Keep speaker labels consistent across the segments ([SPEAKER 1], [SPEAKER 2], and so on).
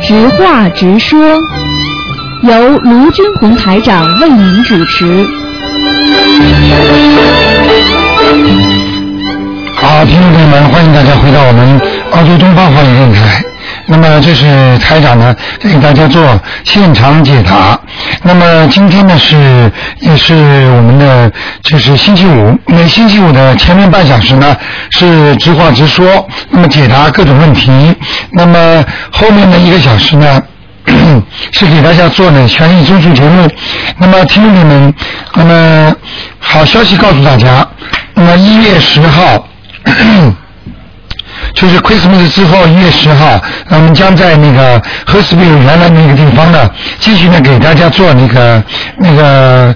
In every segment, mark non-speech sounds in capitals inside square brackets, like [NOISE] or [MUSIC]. [SPEAKER 1] 直话直说，由卢军红台长为您主持。
[SPEAKER 2] 好，听众朋友们，欢迎大家回到我们澳洲东方华语电台。那么这是台长呢，在给大家做现场解答。那么今天呢是也是我们的就是星期五，每星期五的前面半小时呢是直话直说，那么解答各种问题。那么后面的一个小时呢。 [COUGHS] 是给大家做呢权益综述节目。那么听众朋友们，那么好消息告诉大家，那么一月十号。就是 Christmas 之后一月十号，呃我们将在那个和斯比尔原来那个地方呢，继续呢给大家做那个那个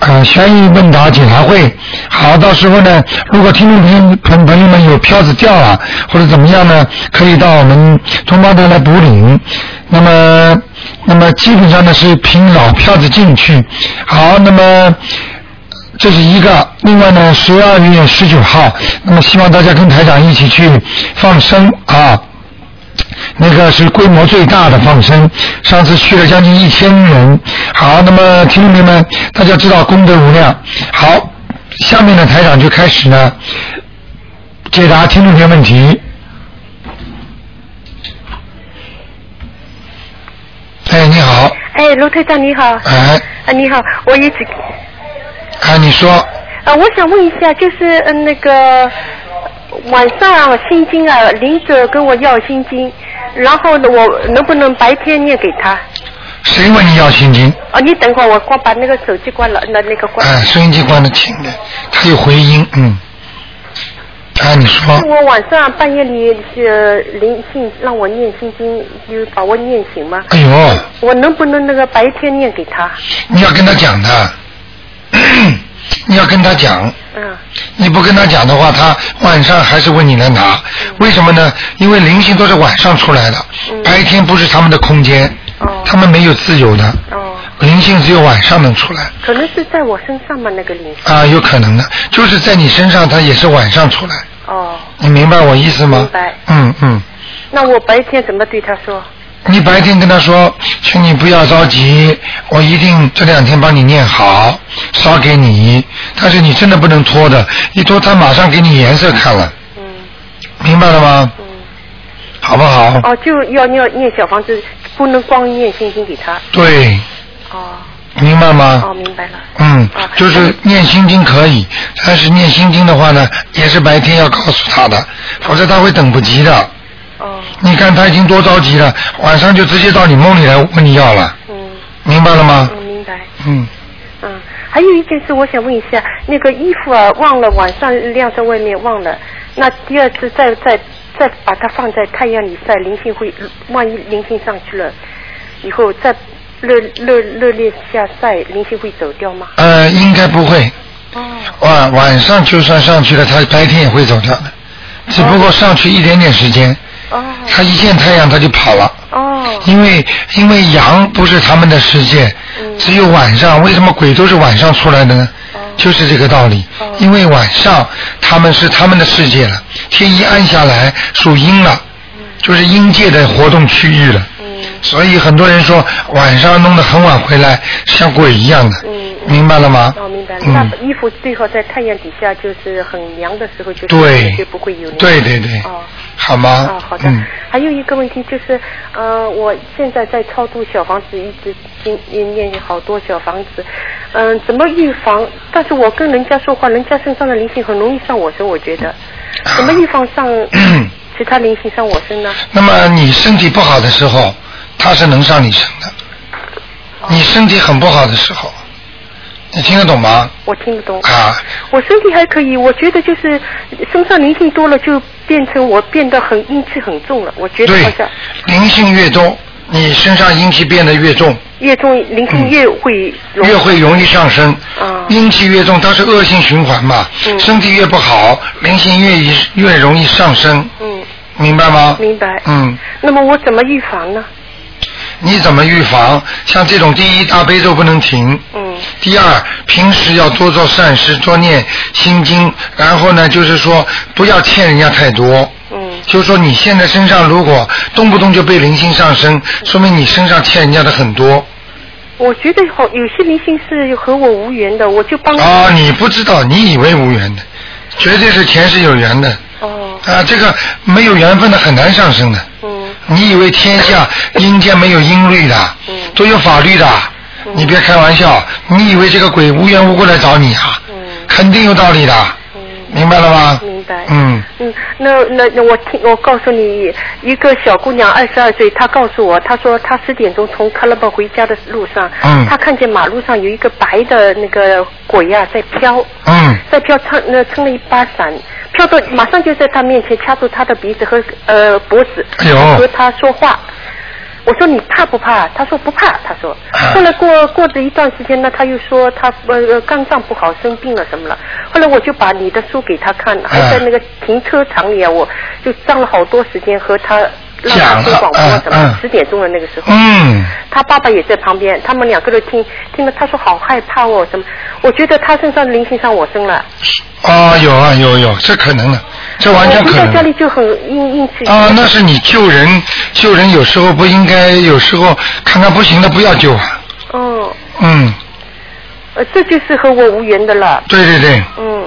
[SPEAKER 2] 呃悬疑问答解答会。好，到时候呢，如果听众朋友朋朋友们有票子掉了或者怎么样呢，可以到我们同胞台来补领。那么，那么基本上呢是凭老票子进去。好，那么。这是一个。另外呢，十二月十九号，那么希望大家跟台长一起去放生啊。那个是规模最大的放生，上次去了将近一千人。好，那么听众朋友们，大家知道功德无量。好，下面呢，台长就开始呢解答听众朋友问题。哎，你好，
[SPEAKER 3] 哎，卢队长你好，啊
[SPEAKER 2] 哎，
[SPEAKER 3] 你好，我一直
[SPEAKER 2] 哎，你说，
[SPEAKER 3] 啊，我想问一下，就是嗯那个晚上啊心经啊，领者跟我要心经，然后呢我能不能白天念给他？
[SPEAKER 2] 谁问你要心经？
[SPEAKER 3] 哦，你等会儿我关把那个手机关了，那那个关。
[SPEAKER 2] 哎，收音机关的轻的，它有回音，嗯。哎，你说
[SPEAKER 3] 是，我晚上啊半夜里是灵性让我念心经，就把我念醒吗？
[SPEAKER 2] 哎呦，
[SPEAKER 3] 我能不能那个白天念给他？
[SPEAKER 2] 你要跟他讲的， [CLEARS THROAT] 你要跟他讲，
[SPEAKER 3] 嗯，
[SPEAKER 2] 你不跟他讲的话，他晚上还是问你来拿，为什么呢？因为灵性都是晚上出来的，
[SPEAKER 3] 嗯
[SPEAKER 2] 白天不是他们的空间，
[SPEAKER 3] 哦
[SPEAKER 2] 他们没有自由的，
[SPEAKER 3] 哦，
[SPEAKER 2] 灵性只有晚上能出来。
[SPEAKER 3] 可能是在我身上嘛，那个灵性。
[SPEAKER 2] 啊，有可能的，就是在你身上，它也是晚上出来，
[SPEAKER 3] 哦，
[SPEAKER 2] 你明白我意思吗？
[SPEAKER 3] 明白
[SPEAKER 2] 嗯嗯。
[SPEAKER 3] 那我白天怎么对他说？
[SPEAKER 2] 你白天跟他说，请你不要着急，我一定这两天帮你念好，烧给你。但是你真的不能拖的，一拖他马上给你颜色看了，
[SPEAKER 3] 嗯
[SPEAKER 2] 明白了吗？
[SPEAKER 3] 嗯。
[SPEAKER 2] 好不好？
[SPEAKER 3] 哦，就要要念小房子，不能光念星星给他。
[SPEAKER 2] 对，
[SPEAKER 3] 哦
[SPEAKER 2] 明白吗？
[SPEAKER 3] 哦，明白了。
[SPEAKER 2] 嗯
[SPEAKER 3] 哦，
[SPEAKER 2] 就是念心经可以，但是念心经的话呢，也是白天要告诉他的，否则他会等不及的。
[SPEAKER 3] 哦，
[SPEAKER 2] 你看他已经多着急了，晚上就直接到你梦里来问你要了，
[SPEAKER 3] 嗯
[SPEAKER 2] 明白了吗？
[SPEAKER 3] 嗯，明白。
[SPEAKER 2] 嗯，
[SPEAKER 3] 嗯，还有一件事我想问一下，那个衣服啊，忘了晚上晾在外面忘了，那第二次再再再把它放在太阳里晒，灵性会万一灵性上去了，以后再热热热烈下晒，灵性会走掉吗？
[SPEAKER 2] 呃，应该不会，
[SPEAKER 3] 哦
[SPEAKER 2] 晚晚上就算上去了，他白天也会走掉的，只不过上去一点点时间，
[SPEAKER 3] 哦
[SPEAKER 2] 他一见太阳他就跑了，
[SPEAKER 3] 哦
[SPEAKER 2] 因为因为阳不是他们的世界，
[SPEAKER 3] 嗯
[SPEAKER 2] 只有晚上。为什么鬼都是晚上出来的呢？
[SPEAKER 3] 哦
[SPEAKER 2] 就是这个道理
[SPEAKER 3] 哦，
[SPEAKER 2] 因为晚上他们是他们的世界了，天一暗下来属阴了，就是阴界的活动区域了。
[SPEAKER 3] 嗯
[SPEAKER 2] 所以很多人说晚上弄得很晚回来，像鬼一样的，
[SPEAKER 3] 嗯嗯
[SPEAKER 2] 明白了吗？
[SPEAKER 3] 哦，明白了。
[SPEAKER 2] 嗯
[SPEAKER 3] 那，衣服最好在太阳底下，就是很凉的时候，就是
[SPEAKER 2] 对
[SPEAKER 3] 就不会有那个。
[SPEAKER 2] 对对对
[SPEAKER 3] 哦，
[SPEAKER 2] 好吗？
[SPEAKER 3] 哦，好的。
[SPEAKER 2] 嗯，
[SPEAKER 3] 还有一个问题就是，呃，我现在在超度小房子，一直经念好多小房子，嗯、怎么预防？但是我跟人家说话，人家身上的灵性很容易上我身，我觉得，
[SPEAKER 2] 啊
[SPEAKER 3] 怎么预防上
[SPEAKER 2] 嗯
[SPEAKER 3] [CLEARS THROAT] 其他灵性上我身呢？
[SPEAKER 2] [CLEARS THROAT] 那么你身体不好的时候，它是能上你身的。
[SPEAKER 3] 哦
[SPEAKER 2] 你身体很不好的时候，你听得懂吗？
[SPEAKER 3] 我听不懂。
[SPEAKER 2] 啊，
[SPEAKER 3] 我身体还可以，我觉得就是身上灵性多了，就变成我变得很阴气很重了。我觉得好
[SPEAKER 2] 对
[SPEAKER 3] 像，
[SPEAKER 2] 灵性越多，你身上阴气变得越重，
[SPEAKER 3] 越重灵性越会容易
[SPEAKER 2] 越会容易上升。
[SPEAKER 3] 嗯
[SPEAKER 2] 阴气越重，它是恶性循环嘛。
[SPEAKER 3] 嗯
[SPEAKER 2] 身体越不好，灵性越易越容易上升，
[SPEAKER 3] 嗯，
[SPEAKER 2] 明白吗？
[SPEAKER 3] 明白。
[SPEAKER 2] 嗯，
[SPEAKER 3] 那么我怎么预防呢？
[SPEAKER 2] 你怎么预防？像这种，第一，大悲咒不能停。
[SPEAKER 3] 嗯
[SPEAKER 2] 第二，平时要多做善事，多念心经，然后呢，就是说不要欠人家太多。
[SPEAKER 3] 嗯
[SPEAKER 2] 就是说你现在身上如果动不动就被灵性上升，说明你身上欠人家的很多。
[SPEAKER 3] 我觉得好，有些灵性是和我无缘的，我就帮。
[SPEAKER 2] 啊、你不知道，你以为无缘的，绝对是前世有缘的。
[SPEAKER 3] 哦，
[SPEAKER 2] 啊，这个没有缘分的很难上升的。
[SPEAKER 3] 嗯
[SPEAKER 2] 你以为天下阴间没有阴律的
[SPEAKER 3] 嗯，
[SPEAKER 2] 都有法律的？你别开玩笑，你以为这个鬼无缘无故来找你啊？
[SPEAKER 3] 嗯
[SPEAKER 2] 肯定有道理的，
[SPEAKER 3] 嗯，
[SPEAKER 2] 明白了吗？
[SPEAKER 3] 明白。
[SPEAKER 2] 嗯，
[SPEAKER 3] 嗯，那那那我听我告诉你，一个小姑娘二十二岁，她告诉我，她说她十点钟从克拉巴回家的路上，
[SPEAKER 2] 嗯
[SPEAKER 3] 她看见马路上有一个白的那个鬼呀、在飘，
[SPEAKER 2] 嗯，
[SPEAKER 3] 在飘撑那撑了一把伞，飘到马上就在她面前掐住她的鼻子和呃脖子，
[SPEAKER 2] 哎呦
[SPEAKER 3] 和她说话。我说你怕不怕？她说不怕。她说
[SPEAKER 2] 啊，
[SPEAKER 3] 后来过过了一段时间呢，她又说她呃呃肝脏不好，生病了什么了。后来我就把你的书给她看，还
[SPEAKER 2] 啊
[SPEAKER 3] 在那个停车场里啊，我就上了好多时间和她让她听广播啊什
[SPEAKER 2] 讲了嗯
[SPEAKER 3] 么，十点钟的那个时候。
[SPEAKER 2] 嗯，
[SPEAKER 3] 他爸爸也在旁边，他们两个都听，听了他说好害怕哦，什么？我觉得他身上的灵性上我身了，
[SPEAKER 2] 啊，有啊，有有，这可能的，这完全
[SPEAKER 3] 我
[SPEAKER 2] 可
[SPEAKER 3] 回到
[SPEAKER 2] 能
[SPEAKER 3] 哦家
[SPEAKER 2] 的。
[SPEAKER 3] 里就很硬硬气。
[SPEAKER 2] 啊，那是你救人，救人有时候不应该，有时候看他不行的不要救啊。
[SPEAKER 3] 嗯，
[SPEAKER 2] 嗯，
[SPEAKER 3] 呃，这就是和我无缘的了。
[SPEAKER 2] 对对对，
[SPEAKER 3] 嗯，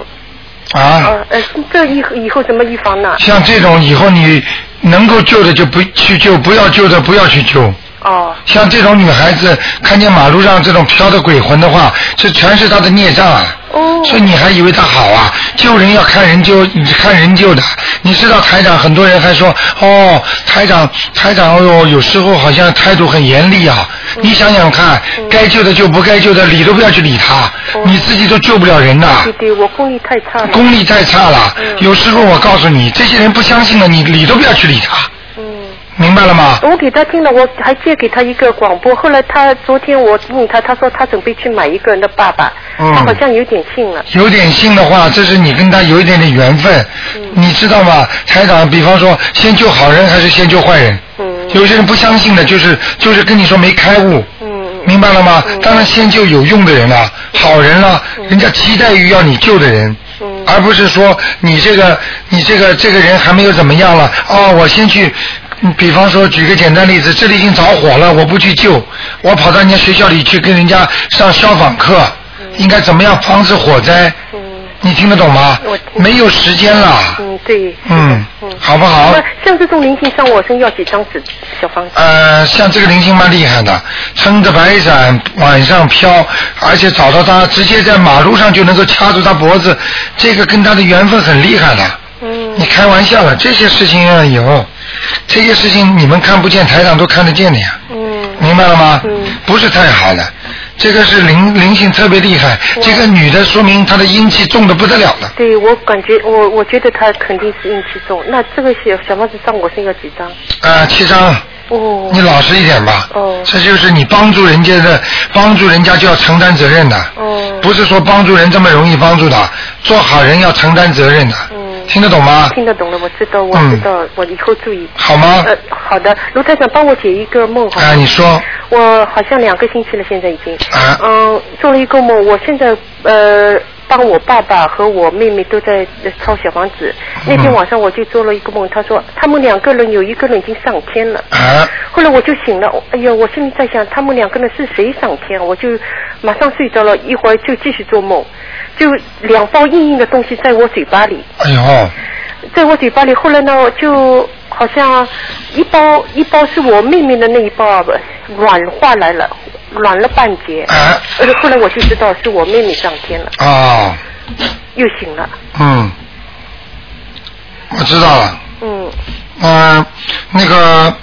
[SPEAKER 2] 啊，
[SPEAKER 3] 呃，呃，这以后以后怎么预防呢？
[SPEAKER 2] 像这种以后你能够救的就不去救，不要救的不要去救。
[SPEAKER 3] 哦，
[SPEAKER 2] 像这种女孩子看见马路上这种飘的鬼魂的话，这全是她的孽障啊。
[SPEAKER 3] 哦，
[SPEAKER 2] 所以你还以为他好啊？救人要看人救，看人救的。你知道台长，很多人还说哦，台长，台长，哦呦，有时候好像态度很严厉啊。你想想看，该救的救，不该救的理都不要去理他，
[SPEAKER 3] 哦
[SPEAKER 2] 你自己都救不了人呐、
[SPEAKER 3] 对对，我功力太差了。
[SPEAKER 2] 功力太差了，
[SPEAKER 3] 嗯
[SPEAKER 2] 有时候我告诉你，这些人不相信的，你理都不要去理他，
[SPEAKER 3] 嗯。
[SPEAKER 2] 明白了吗？
[SPEAKER 3] 我给他听了，我还借给他一个广播。后来他昨天我问他，他说他准备去买一个人的爸爸，
[SPEAKER 2] 嗯
[SPEAKER 3] 他好像有点信了。
[SPEAKER 2] 有点信的话，这是你跟他有一点点缘分，你知道吗？台长，比方说，先救好人还是先救坏人？
[SPEAKER 3] 嗯
[SPEAKER 2] 有些人不相信的，就是就是跟你说没开悟，
[SPEAKER 3] 嗯
[SPEAKER 2] 明白了吗？
[SPEAKER 3] 嗯
[SPEAKER 2] 当然先救有用的人啦、好人啦、人家期待于要你救的人，
[SPEAKER 3] 嗯
[SPEAKER 2] 而不是说你这个你这个这个人还没有怎么样了，哦，我先去。嗯比方说，举个简单例子，这里已经着火了，我不去救，我跑到人家学校里去跟人家上消防课，应该怎么样防止火灾？
[SPEAKER 3] 嗯
[SPEAKER 2] 你听得懂吗
[SPEAKER 3] 我？听
[SPEAKER 2] 没有时间了，
[SPEAKER 3] 嗯，对。是的
[SPEAKER 2] 嗯
[SPEAKER 3] 嗯，。
[SPEAKER 2] 好不好？
[SPEAKER 3] 那像这种灵性上我身要几张纸小房子？
[SPEAKER 2] 呃，像这个灵性蛮厉害的，撑着白伞晚上飘，而且找到他，直接在马路上就能够掐住他脖子，这个跟他的缘分很厉害的。
[SPEAKER 3] 嗯
[SPEAKER 2] 你开玩笑了，这些事情要有，这些事情你们看不见，台长都看得见的呀，
[SPEAKER 3] 嗯
[SPEAKER 2] 明白了吗？
[SPEAKER 3] 嗯
[SPEAKER 2] 不是太好的，这个是灵灵性特别厉害，这个女的说明她的阴气重的不得了了。
[SPEAKER 3] 对，我感觉我我觉得他肯定是运气重。那这个小小房子上我身要几张？
[SPEAKER 2] 呃，七张。
[SPEAKER 3] 哦
[SPEAKER 2] 你老实一点吧。
[SPEAKER 3] 哦
[SPEAKER 2] 这就是你帮助人家的，帮助人家就要承担责任的。
[SPEAKER 3] 哦
[SPEAKER 2] 不是说帮助人这么容易帮助的，做好人要承担责任的。
[SPEAKER 3] 嗯
[SPEAKER 2] 听得懂吗？
[SPEAKER 3] 听得懂了，我知道，我
[SPEAKER 2] 嗯
[SPEAKER 3] 知道，我以后注意。
[SPEAKER 2] 好吗？
[SPEAKER 3] 呃，好的，卢台长帮我解一个梦好
[SPEAKER 2] 啊，
[SPEAKER 3] 吗？
[SPEAKER 2] 你说
[SPEAKER 3] 我好像两个星期了，现在已经。
[SPEAKER 2] 啊
[SPEAKER 3] 嗯，做了一个梦，我现在呃帮我爸爸和我妹妹都在呃抄小房子。
[SPEAKER 2] 嗯
[SPEAKER 3] 那天晚上我就做了一个梦，他说他们两个人有一个人已经上天了。
[SPEAKER 2] 啊，
[SPEAKER 3] 后来我就醒了，哎呀，我心里在想，他们两个人是谁上天？啊我就马上睡着了，一会儿就继续做梦，就两包硬硬的东西在我嘴巴里，
[SPEAKER 2] 哎呦，
[SPEAKER 3] 在我嘴巴里。后来呢，我就好像一包一包是我妹妹的那一包啊，软化来了，软了半截。
[SPEAKER 2] 啊
[SPEAKER 3] 呃，后来我就知道是我妹妹上天了，
[SPEAKER 2] 哦，
[SPEAKER 3] 又醒了。
[SPEAKER 2] 嗯，我知道了。
[SPEAKER 3] 嗯，
[SPEAKER 2] 嗯、那个，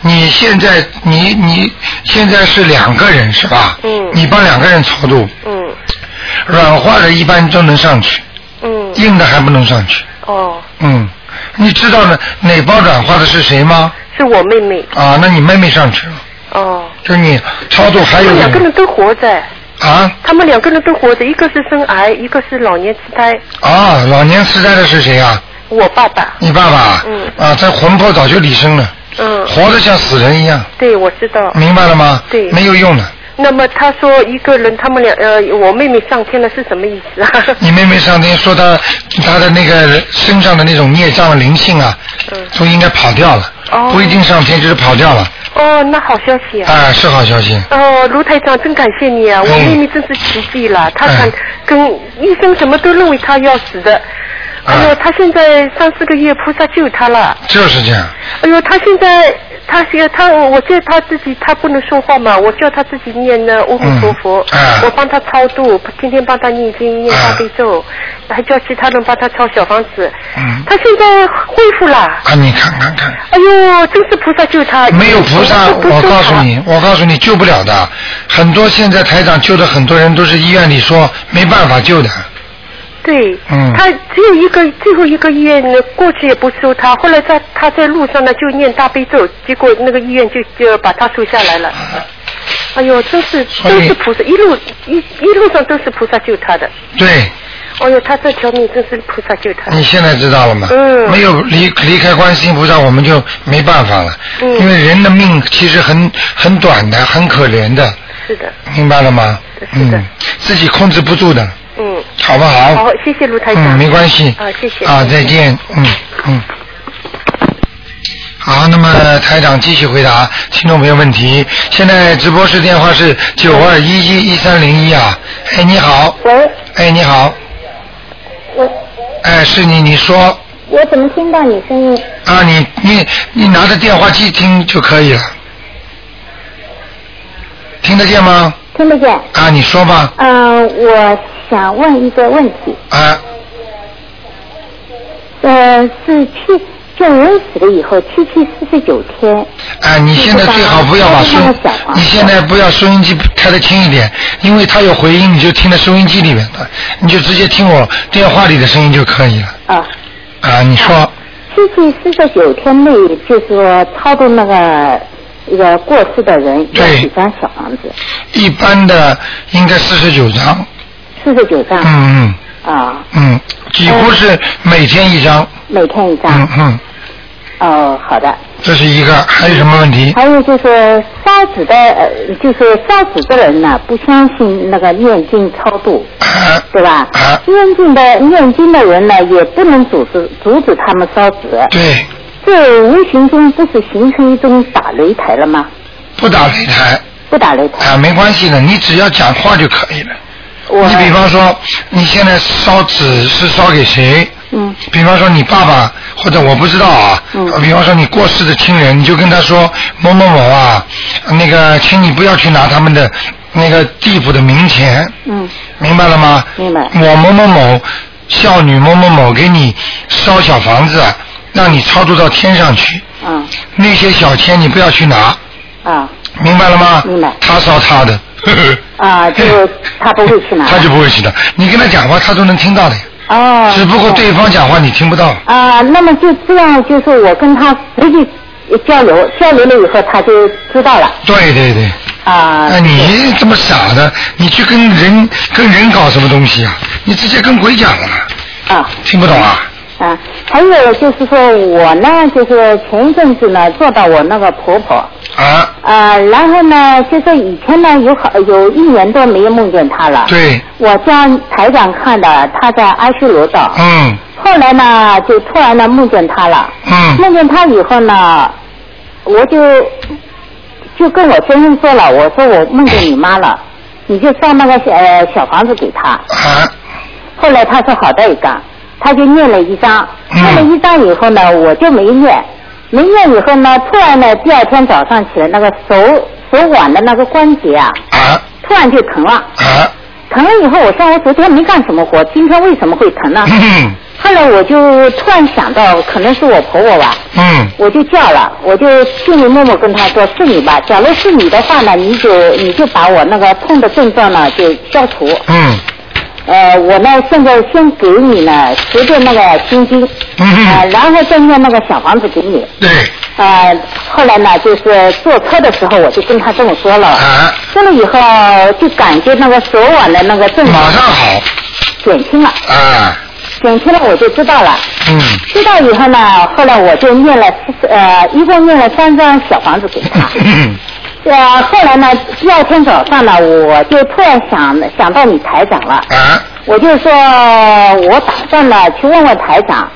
[SPEAKER 2] 你现在你你现在是两个人是吧？
[SPEAKER 3] 嗯
[SPEAKER 2] 你帮两个人超度，
[SPEAKER 3] 嗯，
[SPEAKER 2] 软化的一般都能上去，
[SPEAKER 3] 嗯，
[SPEAKER 2] 硬的还不能上去。
[SPEAKER 3] 哦，
[SPEAKER 2] 嗯，你知道呢哪包软化的是谁吗？
[SPEAKER 3] 是我妹妹。
[SPEAKER 2] 啊，那你妹妹上去了，
[SPEAKER 3] 哦，
[SPEAKER 2] 就你超度还
[SPEAKER 3] 他
[SPEAKER 2] 有
[SPEAKER 3] 们两个
[SPEAKER 2] 人
[SPEAKER 3] 人都活哎着。
[SPEAKER 2] 啊
[SPEAKER 3] 他们两个人都活着，一个是生癌，一个是老年痴呆。
[SPEAKER 2] 啊，老年痴呆的是谁啊？
[SPEAKER 3] 我爸爸，
[SPEAKER 2] 你爸爸？
[SPEAKER 3] 嗯
[SPEAKER 2] 啊，他魂魄早就离身了，
[SPEAKER 3] 嗯，
[SPEAKER 2] 活得像死人一样，
[SPEAKER 3] 对，我知道。
[SPEAKER 2] 明白了吗？
[SPEAKER 3] 对
[SPEAKER 2] 没有用的。
[SPEAKER 3] 那么他说一个人，他们俩呃，我妹妹上天了是什么意思啊？ [LAUGHS]
[SPEAKER 2] 你妹妹上天说她她的那个身上的那种孽障灵性啊，
[SPEAKER 3] 嗯
[SPEAKER 2] 就应该跑掉了，
[SPEAKER 3] 哦
[SPEAKER 2] 不一定上天，就是跑掉了。
[SPEAKER 3] 哦，那好消息啊！
[SPEAKER 2] 啊，是好消息。
[SPEAKER 3] 哦，卢台长，真感谢你啊！我
[SPEAKER 2] 嗯
[SPEAKER 3] 妹妹真是奇迹了，她敢
[SPEAKER 2] 嗯
[SPEAKER 3] 跟医生什么都认为她要死的。哎呦，
[SPEAKER 2] 啊
[SPEAKER 3] 她现在三四个月，菩萨救她了。
[SPEAKER 2] 就是这样，
[SPEAKER 3] 哎呦，她现在，她现在她，我叫她自己，她不能说话嘛，我叫她自己念呢阿弥陀佛，
[SPEAKER 2] 嗯啊
[SPEAKER 3] 我帮她超度，天天帮她念经、念
[SPEAKER 2] 啊
[SPEAKER 3] 大悲咒，还叫其他人帮她抄小房子。
[SPEAKER 2] 嗯
[SPEAKER 3] 她现在恢复了。
[SPEAKER 2] 啊，你看看看，
[SPEAKER 3] 哎呦，真是菩萨救哎她。
[SPEAKER 2] 没有菩萨，
[SPEAKER 3] 不
[SPEAKER 2] 我
[SPEAKER 3] 救
[SPEAKER 2] 告诉
[SPEAKER 3] 她
[SPEAKER 2] 你，我告诉你救不了的。很多现在台长救的很多人都是医院里说没办法救的，
[SPEAKER 3] 对，
[SPEAKER 2] 嗯
[SPEAKER 3] 他只有一个最后一个医院呢，过去也不收他，后来在他在路上呢就念大悲咒，结果那个医院就就把他收下来了。哎呦，真是
[SPEAKER 2] 嗯所以
[SPEAKER 3] 都是菩萨，一路一一路上都是菩萨救他的。
[SPEAKER 2] 对，
[SPEAKER 3] 哎呦，他这条命真是菩萨救他的。
[SPEAKER 2] 你现在知道了吗？
[SPEAKER 3] 嗯
[SPEAKER 2] 没有离离开观世音菩萨，我们就没办法了。
[SPEAKER 3] 嗯
[SPEAKER 2] 因为人的命其实很很短的，很可怜的，
[SPEAKER 3] 是的，
[SPEAKER 2] 明白了吗？
[SPEAKER 3] 是的
[SPEAKER 2] 嗯，自己控制不住的，
[SPEAKER 3] 嗯，
[SPEAKER 2] 好不好？
[SPEAKER 3] 好，谢谢卢台
[SPEAKER 2] 嗯，
[SPEAKER 3] 长。
[SPEAKER 2] 没关系。
[SPEAKER 3] 啊谢谢
[SPEAKER 2] 啊，再见。嗯嗯。好，那么台长继续回答听众朋友问题。现在直播室电话是九二一一一三零一啊。哎，你好。
[SPEAKER 4] 喂，
[SPEAKER 2] 哎，你好。
[SPEAKER 4] 我
[SPEAKER 2] 哎，是你，你说
[SPEAKER 4] 我怎么听到你声音？
[SPEAKER 2] 啊，你你你拿着电话机听就可以了。听得见吗？
[SPEAKER 4] 听不见。
[SPEAKER 2] 啊，你说吧。
[SPEAKER 4] 嗯、我想问一个问题，
[SPEAKER 2] 啊，
[SPEAKER 4] 呃，是七就人死了以后七七四十九天，
[SPEAKER 2] 啊，你现在最好不要把收
[SPEAKER 4] 我不想啊，
[SPEAKER 2] 你现在不要收音机开的轻一点，因为它有回音，你就听到收音机里面的，你就直接听我电话里的声音就可以了。
[SPEAKER 4] 啊，
[SPEAKER 2] 啊，你说
[SPEAKER 4] 七七四十九天内就是说超度那个一个过世的人要
[SPEAKER 2] 对
[SPEAKER 4] 几张小房子？
[SPEAKER 2] 一般的应该四十九张，
[SPEAKER 4] 四十九张。
[SPEAKER 2] 嗯
[SPEAKER 4] 啊，
[SPEAKER 2] 嗯嗯，几乎是每天一张，
[SPEAKER 4] 每天一张。
[SPEAKER 2] 嗯嗯，
[SPEAKER 4] 哦，好的。
[SPEAKER 2] 这是一个，还有什么问题？
[SPEAKER 4] 还有就是烧纸的，呃，就是烧纸的人呢，不相信那个念经超度，
[SPEAKER 2] 啊
[SPEAKER 4] 对吧？
[SPEAKER 2] 啊，
[SPEAKER 4] 念经的念经的人呢，也不能阻止阻止他们烧纸，
[SPEAKER 2] 对，
[SPEAKER 4] 这无形中不是形成一种打擂台了吗？
[SPEAKER 2] 不打擂台
[SPEAKER 4] 不打擂台，
[SPEAKER 2] 啊，没关系的，你只要讲话就可以了。
[SPEAKER 4] 我
[SPEAKER 2] 你比方说，你现在烧纸是烧给谁？
[SPEAKER 4] 嗯
[SPEAKER 2] 比方说你爸爸或者我不知道啊，
[SPEAKER 4] 嗯
[SPEAKER 2] 比方说你过世的亲人，你就跟他说某某某啊，那个请你不要去拿他们的那个地府的冥钱，
[SPEAKER 4] 嗯
[SPEAKER 2] 明白了吗？
[SPEAKER 4] 明白
[SPEAKER 2] 我某某某孝女某某某给你烧小房子，啊让你超度到天上去，
[SPEAKER 4] 嗯
[SPEAKER 2] 那些小钱你不要去拿，
[SPEAKER 4] 啊
[SPEAKER 2] 明白了吗？
[SPEAKER 4] 明白
[SPEAKER 2] 他烧他的。呵呵
[SPEAKER 4] [LAUGHS]
[SPEAKER 2] [LAUGHS]
[SPEAKER 4] 啊，就他不会去拿。
[SPEAKER 2] 他就不会去拿。你跟他讲话，他都能听到的呀，
[SPEAKER 4] 哦，
[SPEAKER 2] 只不过对方讲话你听不到。
[SPEAKER 4] 啊，那么就这样，就是我跟他实际交流交流了以后，他就知道了
[SPEAKER 2] 对对对，
[SPEAKER 4] 啊。
[SPEAKER 2] 哎，你这么傻的，你去跟人跟人搞什么东西啊？你直接跟鬼讲了，
[SPEAKER 4] 啊
[SPEAKER 2] 听不懂啊？
[SPEAKER 4] 啊，还有就是说我呢，就是前一阵子呢做到我那个婆婆，
[SPEAKER 2] 啊，
[SPEAKER 4] 呃，然后呢，就是以前呢有好有一年多没有梦见她了。。
[SPEAKER 2] 对，
[SPEAKER 4] 我家台长看的，她在阿修罗道。
[SPEAKER 2] 嗯
[SPEAKER 4] 后来呢，就突然呢梦见她了。
[SPEAKER 2] 嗯
[SPEAKER 4] 梦见她以后呢，我就就跟我先生说了，我说我梦见你妈了，你就造那个小呃小房子给她。
[SPEAKER 2] 啊，
[SPEAKER 4] 后来他说好的一张，他就念了一张，
[SPEAKER 2] 嗯
[SPEAKER 4] 念了一张以后呢，我就没念，没念以后呢，突然呢，第二天早上起来，那个手手腕的那个关节啊，
[SPEAKER 2] 啊
[SPEAKER 4] 突然就疼了，
[SPEAKER 2] 啊，
[SPEAKER 4] 疼了以后，我想我昨天没干什么活，今天为什么会疼呢？
[SPEAKER 2] 嗯
[SPEAKER 4] 后来我就突然想到，可能是我婆婆吧。
[SPEAKER 2] 嗯
[SPEAKER 4] 我就叫了，我就心里默默跟他说是你吧，假如是你的话呢，你就你就把我那个痛的症状呢就消除。
[SPEAKER 2] 嗯
[SPEAKER 4] 呃，我呢现在先给你呢十遍那个心经，呃，
[SPEAKER 2] 嗯，
[SPEAKER 4] 然后再念那个小房子给你。
[SPEAKER 2] 对，
[SPEAKER 4] 呃，后来呢，就是坐车的时候我就跟他这么说了，
[SPEAKER 2] 啊，
[SPEAKER 4] 说了以后就感觉那个手腕的那个症
[SPEAKER 2] 马
[SPEAKER 4] 状
[SPEAKER 2] 上好
[SPEAKER 4] 减轻了，
[SPEAKER 2] 啊，
[SPEAKER 4] 减轻了我就知道了。
[SPEAKER 2] 嗯
[SPEAKER 4] 知道以
[SPEAKER 2] [LAUGHS]
[SPEAKER 4] 后呢，后来我就念了四十呃，一共念了三张小房子给他。
[SPEAKER 2] 嗯
[SPEAKER 4] 呃，后来呢，第二天早上呢，我就突然想想到你台长了，
[SPEAKER 2] 啊
[SPEAKER 4] 我就说我打算呢去问问台长，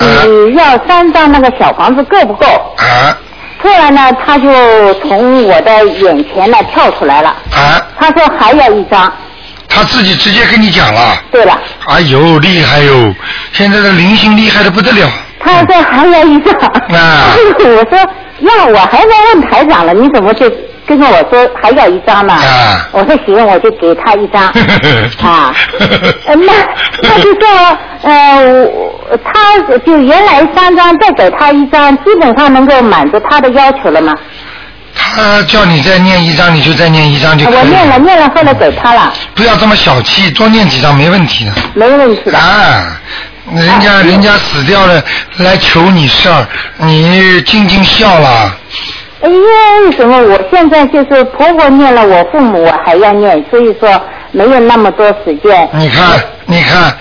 [SPEAKER 4] 你要三张那个小房子够不够？
[SPEAKER 2] 啊
[SPEAKER 4] 突然呢，他就从我的眼前呢跳出来了，
[SPEAKER 2] 啊！
[SPEAKER 4] 他说还要一张。
[SPEAKER 2] 他自己直接跟你讲了。
[SPEAKER 4] 对了，
[SPEAKER 2] 哎呦，厉害哟！现在的灵性厉害的不得了。
[SPEAKER 4] 他说还要一张。
[SPEAKER 2] 啊
[SPEAKER 4] [LAUGHS] 我说那我还在问台长了，你怎么就跟着我说还要一张呢？
[SPEAKER 2] 啊
[SPEAKER 4] 我说行，我就给他一
[SPEAKER 2] [LAUGHS]
[SPEAKER 4] 张。啊，呃那那就说，呃，我他就原来三张，再给他一张，基本上能够满足他的要求了吗？
[SPEAKER 2] 他叫你再念一张，你就再念一张就可以。
[SPEAKER 4] 我念了，念了，后来给他了，
[SPEAKER 2] 不要这么小气，多念几张没问题的。
[SPEAKER 4] 没问
[SPEAKER 2] [LAUGHS]
[SPEAKER 4] 题的。啊
[SPEAKER 2] 啊，人家人家死掉了来求你事儿，你尽尽孝了。
[SPEAKER 4] 哎呀，为什么我现在就是婆婆念了，我父母还要念，所以说没有那么多时
[SPEAKER 2] [LAUGHS]
[SPEAKER 4] 间
[SPEAKER 2] 你看，你看，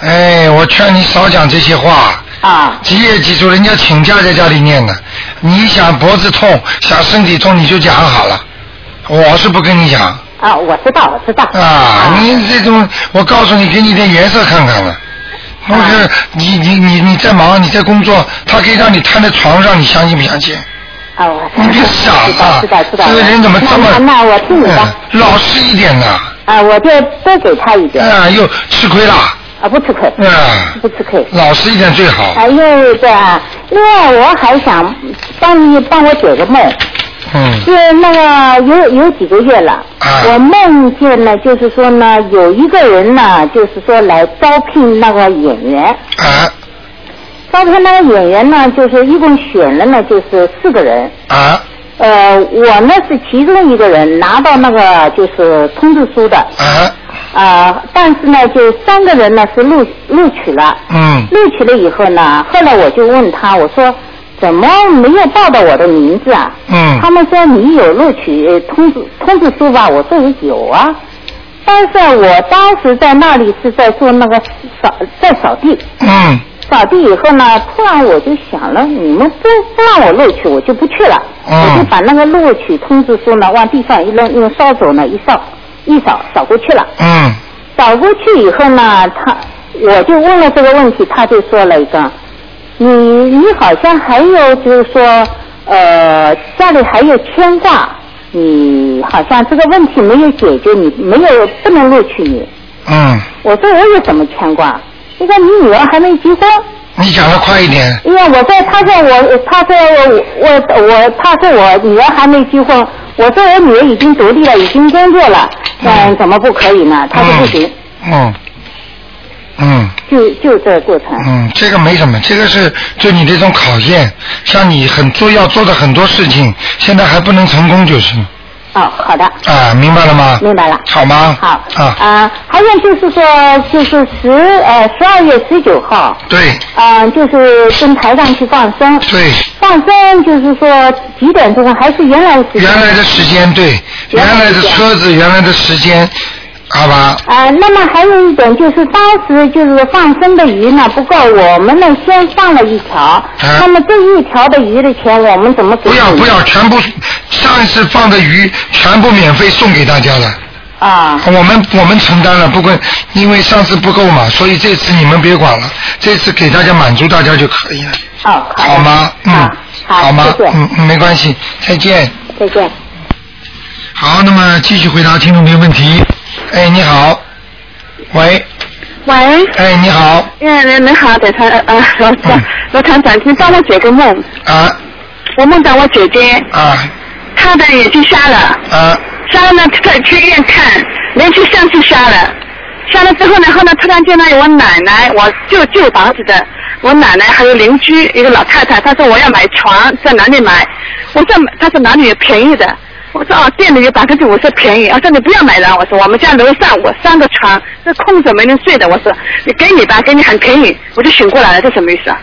[SPEAKER 2] 哎，我劝你少讲这些话。
[SPEAKER 4] 啊。
[SPEAKER 2] 记也记住，人家请假在家里念的，你想脖子痛，想身体痛，你就讲好了。我是不跟你讲
[SPEAKER 4] 啊，我知道，我知道。
[SPEAKER 2] 啊，你这种，我告诉你，给你点颜色看看了。不是你你你你在忙，你在工作，他可以让你瘫在床上，你相信不相信？
[SPEAKER 4] 啊，我
[SPEAKER 2] 你别傻了
[SPEAKER 4] 知道，知道知道。
[SPEAKER 2] 这个人怎么这么
[SPEAKER 4] 那……那我听你的
[SPEAKER 2] [LAUGHS] 嗯老实一点呐，
[SPEAKER 4] 啊，我就多给他一点
[SPEAKER 2] 啊，又吃亏了，
[SPEAKER 4] 啊，不吃亏，
[SPEAKER 2] 嗯，
[SPEAKER 4] 不吃亏。
[SPEAKER 2] 老实一点最好，
[SPEAKER 4] 啊，因为这样，另外我还想帮你帮我解个梦，
[SPEAKER 2] 嗯
[SPEAKER 4] 是那个有有几个月了，
[SPEAKER 2] 啊
[SPEAKER 4] 我梦见呢，就是说呢，有一个人呢，就是说来招聘那个演员，
[SPEAKER 2] 啊
[SPEAKER 4] 招聘那个演员呢，就是一共选了呢，就是四个人，
[SPEAKER 2] 啊
[SPEAKER 4] 呃，我呢是其中一个人拿到那个就是通知书的，
[SPEAKER 2] 啊，
[SPEAKER 4] 啊，但是呢，就三个人呢是录录取了，
[SPEAKER 2] 嗯
[SPEAKER 4] 录取了以后呢，后来我就问他，我说怎么没有报到我的名字啊？
[SPEAKER 2] 嗯
[SPEAKER 4] 他们说你有录取呃通知通知书吧？我说我有啊，但是我当时在那里是在做那个扫在扫地，
[SPEAKER 2] 嗯
[SPEAKER 4] 扫地以后呢，突然我就想了，你们不不让我录取，我就不去了，
[SPEAKER 2] 嗯
[SPEAKER 4] 我就把那个录取通知书呢往地上一扔，用扫帚呢一扫一扫扫过去了。
[SPEAKER 2] 嗯，
[SPEAKER 4] 找过去以后呢，他我就问了这个问题，他就说了一个，你你好像还有就是说，呃，家里还有牵挂，你好像这个问题没有解决，你没有不能录取你。
[SPEAKER 2] 嗯，
[SPEAKER 4] 我说我有什么牵挂？那个你女儿还没结婚，
[SPEAKER 2] 你讲的快一点，
[SPEAKER 4] 因为我在他说我他说我我我他说我女儿还没结婚，我说我女儿已经独立了，已经工作了，嗯，怎么不可以呢？他说不行。
[SPEAKER 2] 嗯嗯
[SPEAKER 4] 就就这个过程。
[SPEAKER 2] 嗯，这个没什么，这个是对你的一种考验，像你很做要做的很多事情，现在还不能成功就是了
[SPEAKER 4] 哦，好的，
[SPEAKER 2] 啊，明白了吗？
[SPEAKER 4] 明白了。
[SPEAKER 2] 好吗？
[SPEAKER 4] 好。
[SPEAKER 2] 啊，
[SPEAKER 4] 呃还有就是说，就是十呃十二月十九号，
[SPEAKER 2] 对
[SPEAKER 4] 嗯、就是跟台上去放生，
[SPEAKER 2] 对。
[SPEAKER 4] 放生就是说几点钟？还是原来的时间？
[SPEAKER 2] 原来的时间对，
[SPEAKER 4] 原
[SPEAKER 2] 原来
[SPEAKER 4] 来的
[SPEAKER 2] 的
[SPEAKER 4] 时间
[SPEAKER 2] 车子，原来的时间，好吧？
[SPEAKER 4] 呃，那么还有一点就是，当时就是放生的鱼呢不够，我们呢先放了一条，那么这一条的鱼的钱我们怎么给
[SPEAKER 2] 啊不
[SPEAKER 4] 你？
[SPEAKER 2] 要不要，全部上一次放的鱼全部免费送给大家了，
[SPEAKER 4] 啊
[SPEAKER 2] 我们我们承担了，不过因为上次不够嘛，所以这次你们别管了，这次给大家满足大家就可以了，
[SPEAKER 4] 哦，的
[SPEAKER 2] 好吗？嗯
[SPEAKER 4] 好，，
[SPEAKER 2] 好吗？
[SPEAKER 4] 谢谢，
[SPEAKER 2] 嗯嗯，没关系，再见。
[SPEAKER 4] 再见。
[SPEAKER 2] 好，那么继续回答听众朋友问题。哎，你好，喂，
[SPEAKER 5] 喂，
[SPEAKER 2] 哎，你好，
[SPEAKER 5] 哎，你你好，台长，呃，罗
[SPEAKER 2] 嗯
[SPEAKER 5] 长，罗团长，请帮我解个梦。
[SPEAKER 2] 啊
[SPEAKER 5] 我梦到我姐姐，
[SPEAKER 2] 啊
[SPEAKER 5] 她的眼睛瞎了，
[SPEAKER 2] 啊
[SPEAKER 5] 瞎了呢，她去医院看，连续上去瞎了，瞎了之后呢，后呢，突然间呢，有我奶奶，我旧旧房子的，我奶奶还有邻居一个老太太，她说我要买床，在哪里买？我说她说哪里有便宜的？我说哦，店里有百分之五十便宜。我说你不要买了，我说我们家楼上我三个床是空着没人睡的，我说你给你吧，给你很便宜。我就醒过来了，这什么意思啊？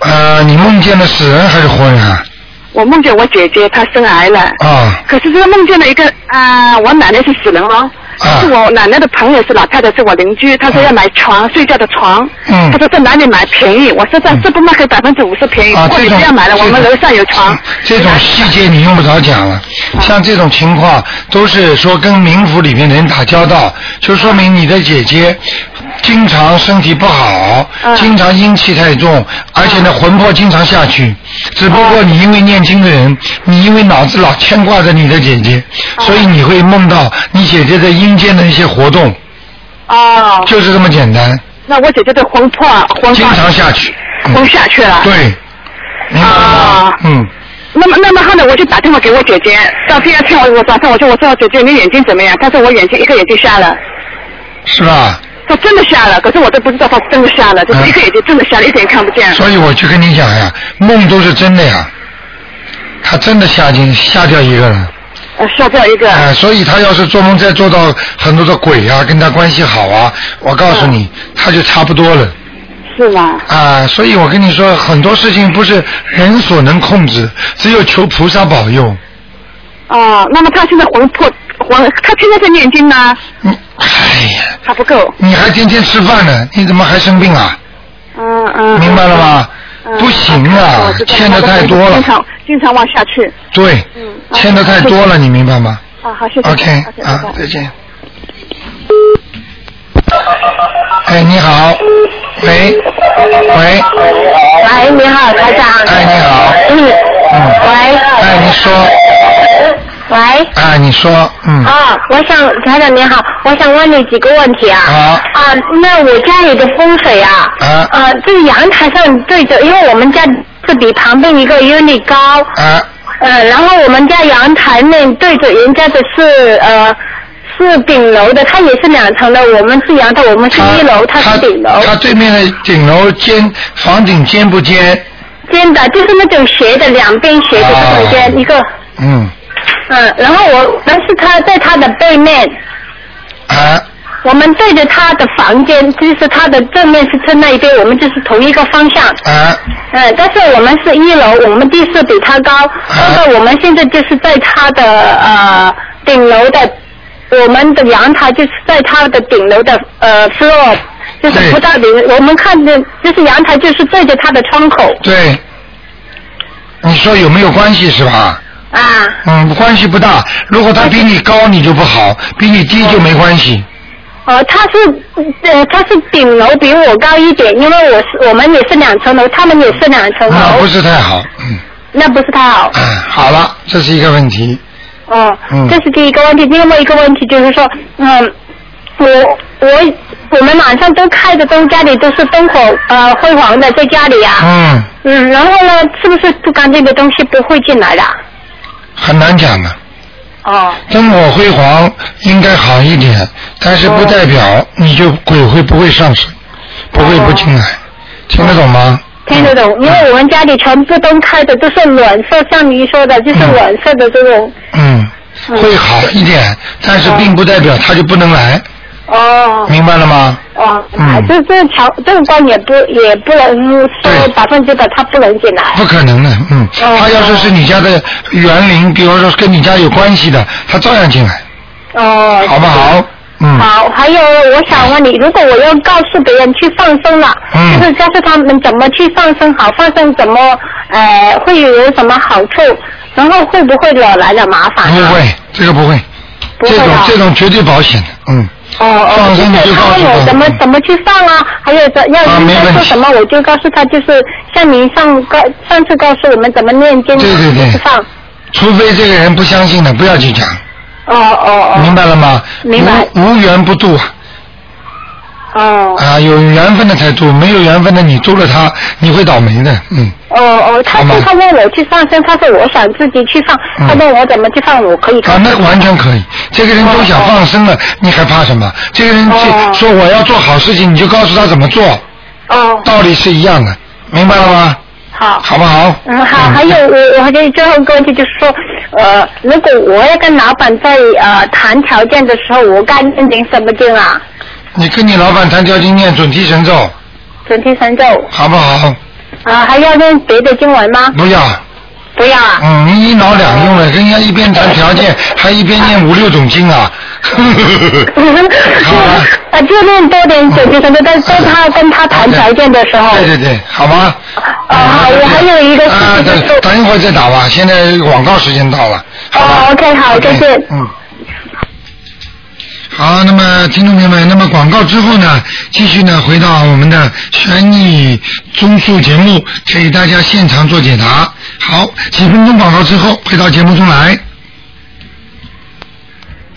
[SPEAKER 2] 呃，你梦见的死人还是活人啊？
[SPEAKER 5] 我梦见我姐姐她生癌了，
[SPEAKER 2] 啊
[SPEAKER 5] 呃可是这个梦见了一个啊、我奶奶是死人哦，
[SPEAKER 2] 啊
[SPEAKER 5] 是我奶奶的朋友，是老太太，是我邻居，她说要买床，睡觉的床。
[SPEAKER 2] 嗯
[SPEAKER 5] 她说在哪里买便宜？我说在世布麦克百分之五十便宜，
[SPEAKER 2] 啊，
[SPEAKER 5] 不过
[SPEAKER 2] 这
[SPEAKER 5] 你
[SPEAKER 2] 种
[SPEAKER 5] 哎不要买了，我们楼上有床。嗯
[SPEAKER 2] 这种细节你用不着讲了，像这种情况都是说跟冥府里面的人打交道，
[SPEAKER 5] 嗯
[SPEAKER 2] 就说明你的姐姐经常身体不好，
[SPEAKER 5] 嗯
[SPEAKER 2] 经常阴气太重，而且呢魂魄经常下去。只不
[SPEAKER 5] 嗯
[SPEAKER 2] 过你因为念经的人，你因为脑子老牵挂着你的姐姐，
[SPEAKER 5] 嗯
[SPEAKER 2] 所以你会梦到你姐姐在阴间的一些活动，
[SPEAKER 5] 嗯哦，
[SPEAKER 2] 就是这么简单，
[SPEAKER 5] 那我姐姐的魂魄魂
[SPEAKER 2] 经
[SPEAKER 5] 魄
[SPEAKER 2] 常下去。嗯
[SPEAKER 5] 魂下去了。。
[SPEAKER 2] 对，明白了吗
[SPEAKER 5] 啊？
[SPEAKER 2] 嗯。
[SPEAKER 5] 那么，那么后来我就打电话给我姐姐，到第二天我我早上我说我说姐姐你眼睛怎么样？她说我眼睛一个眼睛瞎了，
[SPEAKER 2] 是吧？
[SPEAKER 5] 她真的瞎了，可是我都不知道她真的瞎了，就是一个眼睛真的瞎了，一点也看不见。
[SPEAKER 2] 所以我就跟你讲呀，梦都是真的呀，他真的吓进吓掉一个人，
[SPEAKER 5] 呃，瞎掉一个。
[SPEAKER 2] 哎、所以他要是做梦再做到很多的鬼啊，跟他关系好啊，我告诉你，他就差不多了。
[SPEAKER 5] 啊是吗？
[SPEAKER 2] 啊，所以我跟你说，很多事情不是人所能控制，只有求菩萨保佑。
[SPEAKER 5] 哦，那么她现在魂魄魂，她现在在念经呢，
[SPEAKER 2] 你，哎呀，
[SPEAKER 5] 还不够。
[SPEAKER 2] 你还天天吃饭呢，你怎么还生病啊？
[SPEAKER 5] 嗯嗯。
[SPEAKER 2] 明白了吗？
[SPEAKER 5] 嗯？
[SPEAKER 2] 不行啊
[SPEAKER 5] 我知，道
[SPEAKER 2] 欠的太多了
[SPEAKER 5] 经。常经常往下去。
[SPEAKER 2] 对，
[SPEAKER 5] 嗯。啊
[SPEAKER 2] 欠的太多。了，你明白吗？
[SPEAKER 5] 啊，好，谢谢。
[SPEAKER 2] OK
[SPEAKER 5] 好谢谢拜
[SPEAKER 2] 啊
[SPEAKER 5] 拜，
[SPEAKER 2] 再见。哎，你好，喂，喂，
[SPEAKER 4] 喂，你好，台长。
[SPEAKER 2] 哎，你好，
[SPEAKER 4] 嗯。
[SPEAKER 2] 嗯，
[SPEAKER 4] 喂。
[SPEAKER 2] 哎，你说，
[SPEAKER 4] 喂。
[SPEAKER 2] 哎，你说，嗯，
[SPEAKER 4] 啊，我想，台长你好，我想问你几个问题啊。
[SPEAKER 2] 好，
[SPEAKER 4] 啊，那我家里的风水啊，
[SPEAKER 2] 啊
[SPEAKER 4] 呃，这个阳台上对着，因为我们家是比旁边一个 unit 高，
[SPEAKER 2] 啊，
[SPEAKER 4] 呃，然后我们家阳台面对着人家的是呃是顶楼的，它也是两层的，我们是阳台，我们是
[SPEAKER 2] 他
[SPEAKER 4] 一楼，它
[SPEAKER 2] 啊他
[SPEAKER 4] 是顶楼，
[SPEAKER 2] 他对面的顶楼尖房顶尖不尖？
[SPEAKER 4] 尖的，就是那种斜的，两边斜的这种
[SPEAKER 2] 哦
[SPEAKER 4] 尖一个，
[SPEAKER 2] 嗯，
[SPEAKER 4] 嗯，然后我但是它在它的背面，
[SPEAKER 2] 啊，
[SPEAKER 4] 我们对着他的房间，就是他的正面是正那一边，我们就是同一个方向。
[SPEAKER 2] 啊，
[SPEAKER 4] 嗯，但是我们是一楼，我们地势比他高，
[SPEAKER 2] 啊
[SPEAKER 4] 那么我们现在就是在他的呃顶楼的，我们的阳台就是在他的顶楼的呃 floor，就是不到顶，我们看见就是阳台就是对着他的窗口
[SPEAKER 2] 对，你说有没有关系是吧？
[SPEAKER 4] 啊。
[SPEAKER 2] 嗯，关系不大。如果他比你高，你就不好；比你低就没关系。
[SPEAKER 4] 呃，他是呃他是顶楼比我高一点，因为我是我们也是两层楼，他们也是两层
[SPEAKER 2] 那啊不
[SPEAKER 4] 楼，
[SPEAKER 2] 是太好。嗯，
[SPEAKER 4] 那不是哦太好。
[SPEAKER 2] 哎 [CLEARS THROAT] 好了，这是一个问题。
[SPEAKER 4] 哦
[SPEAKER 2] 嗯，
[SPEAKER 4] 这是第一个问题。另外一个问题就是说，嗯，我我我们晚上都开着灯，家里都是灯火呃辉煌的，在家里啊。
[SPEAKER 2] 嗯，
[SPEAKER 4] 嗯，然后呢，是不是不干净的东西不会进来的？
[SPEAKER 2] 很难讲的。
[SPEAKER 4] 哦，
[SPEAKER 2] 灯火辉煌应该好一点，但是不代
[SPEAKER 4] 哦
[SPEAKER 2] 表你就鬼会不会上升，不会不进
[SPEAKER 4] 哦
[SPEAKER 2] 来，听得懂吗？
[SPEAKER 4] 听得懂，因为我们家里全部灯开的都是暖色，像你说的，就是
[SPEAKER 2] 嗯
[SPEAKER 4] 暖色的这种。
[SPEAKER 2] 嗯，会好一点，但是并不代表他就不能来，
[SPEAKER 4] 哦
[SPEAKER 2] 明白了吗？
[SPEAKER 4] 哦，
[SPEAKER 2] 嗯
[SPEAKER 4] 啊这这条这种光也不也不能
[SPEAKER 2] 对
[SPEAKER 4] 说百分之百它不能进来。
[SPEAKER 2] 不可能的，嗯，
[SPEAKER 4] 哦
[SPEAKER 2] 他要是是你家的园林，比方说跟你家有关系的，他照样进来，
[SPEAKER 4] 哦，
[SPEAKER 2] 好不好？嗯，
[SPEAKER 4] 好，还有我想问你，如果我要告诉别人去放生了，
[SPEAKER 2] 嗯
[SPEAKER 4] 就是告诉他们怎么去放生好，放生怎么呃会有什么好处，然后会不会惹来了麻烦
[SPEAKER 2] 不
[SPEAKER 4] 呢？
[SPEAKER 2] 会，这个不会，
[SPEAKER 4] 不
[SPEAKER 2] 这
[SPEAKER 4] 会
[SPEAKER 2] 种
[SPEAKER 4] 啊
[SPEAKER 2] 这种绝对保险的，嗯，
[SPEAKER 4] 哦哦
[SPEAKER 2] 放，
[SPEAKER 4] 就
[SPEAKER 2] 生你
[SPEAKER 4] 是
[SPEAKER 2] 就告
[SPEAKER 4] 他
[SPEAKER 2] 诉
[SPEAKER 4] 有
[SPEAKER 2] 他
[SPEAKER 4] 怎么
[SPEAKER 2] 嗯
[SPEAKER 4] 怎么去放啊，还有怎要
[SPEAKER 2] 啊没问
[SPEAKER 4] 应该
[SPEAKER 2] 题
[SPEAKER 4] 做什么，我就告诉他，就是像您上告上次告诉我们怎么念经，
[SPEAKER 2] 对对对
[SPEAKER 4] 怎么去放。
[SPEAKER 2] 除非这个人不相信的，不要去讲，
[SPEAKER 4] 哦哦
[SPEAKER 2] 明白了吗？
[SPEAKER 4] 明白
[SPEAKER 2] 无无缘不渡啊，
[SPEAKER 4] 哦哦
[SPEAKER 2] 啊，有缘分的才渡，没有缘分的你渡了他，你会倒霉的，嗯，
[SPEAKER 4] 哦哦，他
[SPEAKER 2] 好吗
[SPEAKER 4] 说他问我去放生，他说我想自己去放，
[SPEAKER 2] 嗯
[SPEAKER 4] 他问我怎么去放，我可以告
[SPEAKER 2] 啊
[SPEAKER 4] 诉，
[SPEAKER 2] 那完全可以，这个人都想放生了，你还怕什么？这个人去
[SPEAKER 4] 哦
[SPEAKER 2] 说我要做好事情，你就告诉他怎么做，
[SPEAKER 4] 哦，
[SPEAKER 2] 道理是一样的，明白了吗？
[SPEAKER 4] 好。
[SPEAKER 2] 好不好？
[SPEAKER 4] 嗯，好，还有我我还有最后一个问题就是说，呃，如果我要跟老板在呃谈条件的时候，我该念点什么经啊？
[SPEAKER 2] 你跟你老板谈条件念准提神咒，
[SPEAKER 4] 准提神咒
[SPEAKER 2] 好不好？
[SPEAKER 4] 啊，还要念别的经文吗？
[SPEAKER 2] 不要，
[SPEAKER 4] 不要啊。 [LAUGHS]
[SPEAKER 2] 嗯，你一脑两用了，跟人家一边谈条件，还一边念五六种经啊，嗯好吧，
[SPEAKER 4] 啊，就念多点解决什么，但但他跟他谈条件的时候，
[SPEAKER 2] 对对对，好吗？
[SPEAKER 4] 啊好我还有一个事情
[SPEAKER 2] 啊，
[SPEAKER 4] 就是
[SPEAKER 2] 等等一会儿再打吧，现在广告时间到了。好吧
[SPEAKER 4] 哦，OK，好再见
[SPEAKER 2] 嗯。好，那么听众朋友们，那么广告之后呢，继续呢回到我们的悬疑综述节目，给大家现场做解答。好，几分钟广告之后回到节目中来。